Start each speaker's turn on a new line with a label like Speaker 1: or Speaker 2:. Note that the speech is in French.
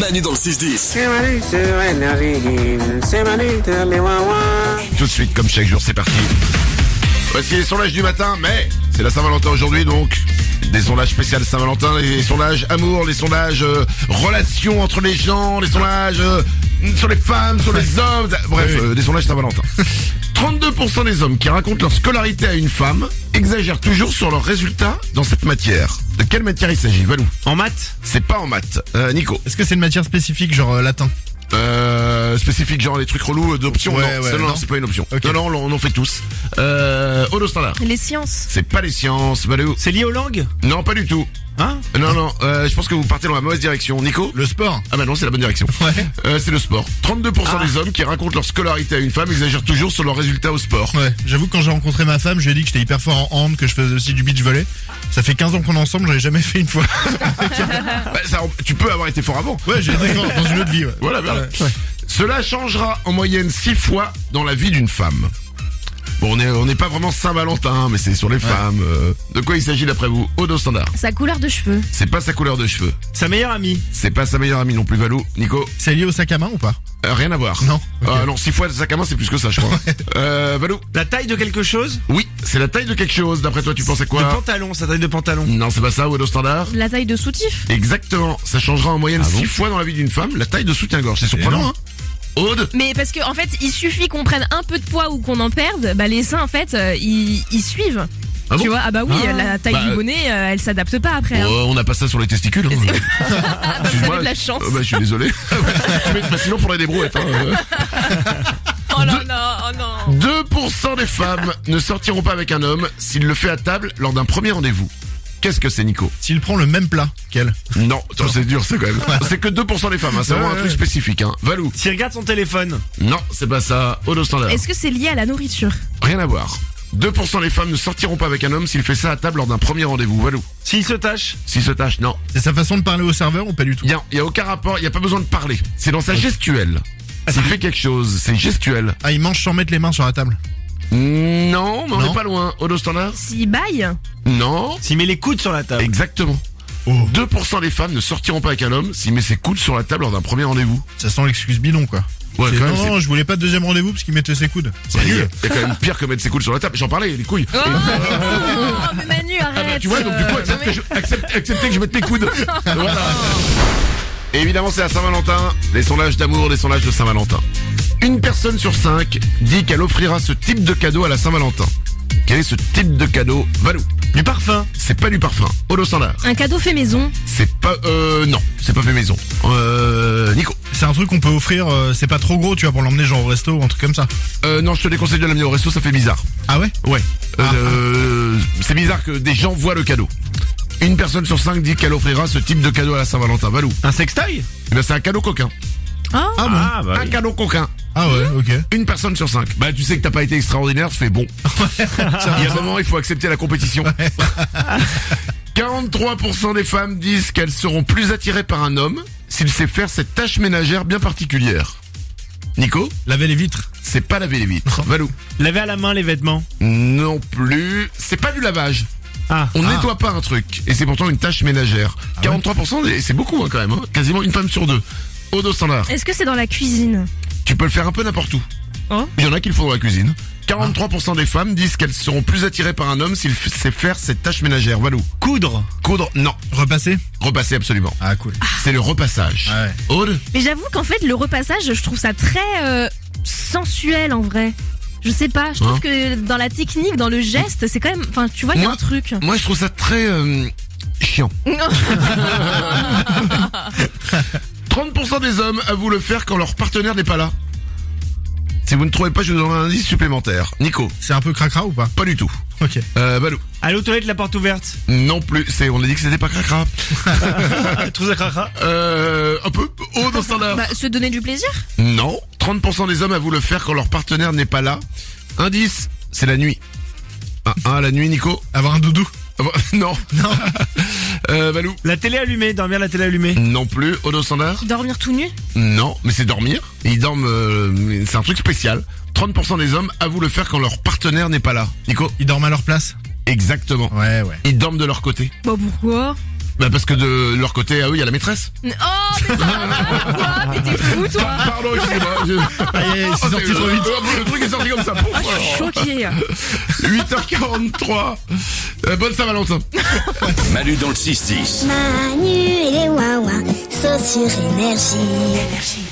Speaker 1: Manu dans le 6-10.
Speaker 2: C'est Manu sur Énergie. C'est Manu de mes wawas.
Speaker 3: Tout de suite, comme chaque jour, c'est parti. Voici les sondages du matin, mais c'est la Saint-Valentin aujourd'hui, donc des sondages spéciaux Saint-Valentin, les sondages amour, les sondages euh, relations entre les gens, les sondages euh, sur les femmes, sur les hommes, bref, euh, des sondages Saint-Valentin. 32% des hommes qui racontent leur scolarité à une femme exagèrent toujours sur leurs résultats dans cette matière. De quelle matière il s'agit, Valou
Speaker 4: En maths
Speaker 3: C'est pas en maths. Euh, Nico
Speaker 4: Est-ce que c'est une matière spécifique, genre euh, latin
Speaker 3: euh, spécifique genre les trucs relous euh, d'options
Speaker 4: Ouais,
Speaker 3: non,
Speaker 4: ouais,
Speaker 3: ça, non,
Speaker 4: non.
Speaker 3: c'est pas une option
Speaker 4: Ok.
Speaker 3: non non on en fait tous euh, Odo Standard
Speaker 5: Les sciences.
Speaker 3: c'est pas les sciences Valou
Speaker 4: C'est lié aux langues
Speaker 3: non pas du tout
Speaker 4: Hein
Speaker 3: non non euh, je pense que vous partez dans la mauvaise direction Nico
Speaker 4: Le sport
Speaker 3: ah bah non c'est la bonne direction
Speaker 4: Ouais. Ah.
Speaker 3: euh, c'est le sport 32% des hommes qui racontent leur scolarité à une femme exagèrent toujours sur leurs résultats au sport
Speaker 4: Ouais, j'avoue que quand j'ai rencontré ma femme, je lui ai dit que j'étais hyper fort en hand, que je faisais aussi du beach volley. Ça fait 15 ans qu'on est ensemble, j'avais jamais fait une fois. Ah.
Speaker 3: Bah, ça, tu peux avoir été fort avant
Speaker 4: Ouais, j'ai été fort dans une autre vie. ouais.
Speaker 3: Voilà, voilà.
Speaker 4: Ouais.
Speaker 3: Cela changera en moyenne 6 fois dans la vie d'une femme. Bon, on est- on n'est pas vraiment Saint-Valentin, mais c'est sur les femmes. euh. de quoi il s'agit d'après vous Odo standard.
Speaker 5: Sa couleur de cheveux.
Speaker 3: C'est pas sa couleur de cheveux.
Speaker 4: Sa meilleure amie.
Speaker 3: C'est pas sa meilleure amie non plus, Valou. Nico,
Speaker 4: C'est lié au sac à main ou pas
Speaker 3: euh, rien à voir.
Speaker 4: Non, ok.
Speaker 3: Ah non, 6 fois le sac à main, c'est plus que ça, je crois. euh, Valou,
Speaker 6: La taille de quelque chose
Speaker 3: oui, c'est la taille de quelque chose. D'après toi, tu penses à
Speaker 6: De
Speaker 3: quoi
Speaker 6: pantalon, sa taille de pantalon.
Speaker 3: Non, c'est pas ça, Odo standard.
Speaker 5: La taille de soutif.
Speaker 3: Exactement. Ça changera en
Speaker 6: Ah
Speaker 3: moyenne 6 fois dans la vie d'une femme la taille de soutien-gorge. C'est surprenant, hein Aude
Speaker 5: Mais parce que en fait, il suffit qu'on prenne un peu de poids ou qu'on en perde, bah les seins en fait, euh, ils, ils suivent.
Speaker 3: Ah
Speaker 5: tu
Speaker 3: bon
Speaker 5: vois, ah bah oui,
Speaker 3: Ah.
Speaker 5: la taille
Speaker 3: Bah,
Speaker 5: du bonnet, euh, elle s'adapte pas après. hein.
Speaker 3: Oh, On n'a pas ça sur les testicules. hein.
Speaker 5: Ah, bah, vous
Speaker 3: Excuse-moi,
Speaker 5: avez de la chance.
Speaker 3: euh, bah, je suis désolé. Mais- bah, sinon, on prendrait des brouettes. hein, euh.
Speaker 5: Oh là là, oh non.
Speaker 3: 2% des femmes ne sortiront pas avec un homme s'il le fait à table lors d'un premier rendez-vous. Qu'est-ce que c'est, Nico
Speaker 4: S'il prend le même plat qu'elle.
Speaker 3: Non, attends, c'est dur, c'est quand même. C'est que 2% des femmes, hein, c'est vraiment un
Speaker 4: Ouais,
Speaker 3: truc
Speaker 4: ouais.
Speaker 3: spécifique. Hein. Valou
Speaker 6: S'il regarde son téléphone,
Speaker 3: Non, c'est pas ça. Odo standard.
Speaker 5: Est-ce que c'est lié à la nourriture
Speaker 3: Rien à voir. 2% des femmes ne sortiront pas avec un homme s'il fait ça à table lors d'un premier rendez-vous. Valou
Speaker 6: s'il se tâche,
Speaker 3: S'il se tâche, non.
Speaker 4: C'est sa façon de parler au serveur ou pas du tout
Speaker 3: Il y a, y a aucun rapport, il y a pas besoin de parler. C'est dans sa
Speaker 6: Ah,
Speaker 3: gestuelle. S'il fait quelque chose, c'est gestuelle.
Speaker 4: Ah, il mange sans mettre les mains sur la table.
Speaker 3: Non, mais on
Speaker 4: Non.
Speaker 3: n'est pas loin. Odo standard
Speaker 5: S'il baille
Speaker 3: Non.
Speaker 6: s'il met les coudes sur la table, Oh.
Speaker 3: Exactement. 2% des femmes ne sortiront pas avec un homme s'il met ses coudes sur la table lors d'un premier rendez-vous.
Speaker 4: Ça sent l'excuse bidon quoi.
Speaker 3: Ouais,
Speaker 4: C'est,
Speaker 3: quand
Speaker 4: non,
Speaker 3: même, c'est-
Speaker 4: non, je voulais pas de deuxième rendez-vous parce qu'il mettait ses coudes. C'est
Speaker 3: Il y a
Speaker 4: nul.
Speaker 3: il y a quand même pire que mettre ses coudes sur la table. J'en parlais, les couilles.
Speaker 5: Oh, mais Manu, arrête
Speaker 3: Ah bah, Tu vois, donc du coup,
Speaker 5: euh,
Speaker 3: accepte
Speaker 5: non,
Speaker 3: que je, accepte- acceptez que je mette mes coudes. voilà. Et évidemment, c'est à Saint-Valentin. Les sondages d'amour, les sondages de Saint-Valentin. Une personne sur cinq dit qu'elle offrira ce type de cadeau à la Saint-Valentin. Quel est ce type de cadeau Valou.
Speaker 6: du parfum,
Speaker 3: C'est pas du parfum. Holo standard.
Speaker 5: mais Un cadeau fait maison.
Speaker 3: C'est pas... Euh... Non, c'est pas fait maison. Euh... Nico.
Speaker 4: C'est un truc qu'on peut offrir, euh, c'est pas trop gros, tu vois, pour l'emmener genre au resto ou un truc comme ça.
Speaker 3: Euh, non, je te déconseille de l'amener au resto, ça fait bizarre.
Speaker 4: Ah ouais
Speaker 3: Ouais. Euh, C'est bizarre que des gens voient le cadeau. Une personne sur cinq dit qu'elle offrira ce type de cadeau à la Saint-Valentin. Valou.
Speaker 6: un sextoy
Speaker 3: Eh ben, c'est un cadeau coquin.
Speaker 5: Oh,
Speaker 4: Ah bon
Speaker 6: bah
Speaker 3: Un cadeau coquin.
Speaker 4: Ah ouais, ok.
Speaker 3: Une personne sur cinq. Bah, tu sais que t'as pas été extraordinaire, tu fais bon. Il y a un moment, il faut accepter la compétition. 43% des femmes disent qu'elles seront plus attirées par un homme s'il sait faire cette tâche ménagère bien particulière. Nico,
Speaker 4: Laver les vitres.
Speaker 3: c'est pas laver les vitres. Valou.
Speaker 6: Laver à la main les vêtements.
Speaker 3: Non plus. C'est pas du lavage.
Speaker 6: Ah,
Speaker 3: On nettoie pas un truc, et c'est pourtant une tâche ménagère. 43%, et c'est beaucoup hein, quand même, hein. quasiment une femme sur deux. Odo standard,
Speaker 5: Est-ce que c'est dans la cuisine
Speaker 3: tu peux le faire un peu n'importe où.
Speaker 5: Hein
Speaker 3: Il y en a qui le font dans la cuisine. 43% des femmes disent qu'elles seront plus attirées par un homme s'il f- sait faire cette tâche ménagère. Valou.
Speaker 6: coudre.
Speaker 3: Coudre, non.
Speaker 4: Repasser
Speaker 3: Repasser absolument.
Speaker 4: Ah cool.
Speaker 3: C'est le repassage.
Speaker 4: Ouais.
Speaker 3: Aude
Speaker 5: Mais j'avoue qu'en fait, le repassage, je trouve ça très euh, sensuel en vrai. Je sais pas, je trouve
Speaker 3: Hein
Speaker 5: que dans la technique, dans le geste, c'est quand même. Enfin, tu vois, il y a
Speaker 3: Moi-
Speaker 5: un truc.
Speaker 3: Moi je trouve ça très euh, chiant. 30% des hommes avouent le faire quand leur partenaire n'est pas là. Si vous ne trouvez pas, je vous donnerai un indice supplémentaire. Nico,
Speaker 4: C'est un peu cracra ou pas
Speaker 3: pas du tout.
Speaker 4: Ok.
Speaker 3: Euh, Valou.
Speaker 6: Aller aux toilettes, la porte ouverte.
Speaker 3: Non plus, c'est on a dit que c'était pas cracra.
Speaker 6: Ah, Trousse à cracra.
Speaker 3: Euh, un peu haut dans le standard.
Speaker 5: Bah, se donner du plaisir
Speaker 3: Non, 30% des hommes avouent le faire quand leur partenaire n'est pas là. Indice, c'est la nuit. Ah, ah, la nuit, Nico
Speaker 4: Avoir un doudou.
Speaker 3: Ah bah, Non. Non. euh, Valou
Speaker 6: La télé allumée, dormir la télé allumée.
Speaker 3: Non plus, Odo standard
Speaker 5: Dormir tout nu
Speaker 3: Non, mais c'est dormir. Ils dorment, euh, c'est un truc spécial. 30% des hommes avouent le faire quand leur partenaire n'est pas là. Nico
Speaker 4: Ils dorment à leur place.
Speaker 3: Exactement.
Speaker 4: Ouais, ouais.
Speaker 3: Ils dorment de leur côté.
Speaker 5: Bah, pourquoi
Speaker 3: Bah parce que de leur côté à eux il y a la maîtresse.
Speaker 5: Oh, mais ça va quoi Mais t'es fou, toi
Speaker 4: Ah.
Speaker 3: Pardon, excusez-moi. je-
Speaker 4: Allez, c'est
Speaker 3: Oh,
Speaker 4: Ah, sorti
Speaker 3: c'est-
Speaker 4: trop vite.
Speaker 3: Le truc est sorti comme ça. Pouf,
Speaker 5: Je suis
Speaker 3: alors.
Speaker 5: choquée.
Speaker 3: 8h43. Euh, bonne Saint-Valentin.
Speaker 1: Manu dans le 6-10.
Speaker 7: Manu et les Wawa sont sur énergie.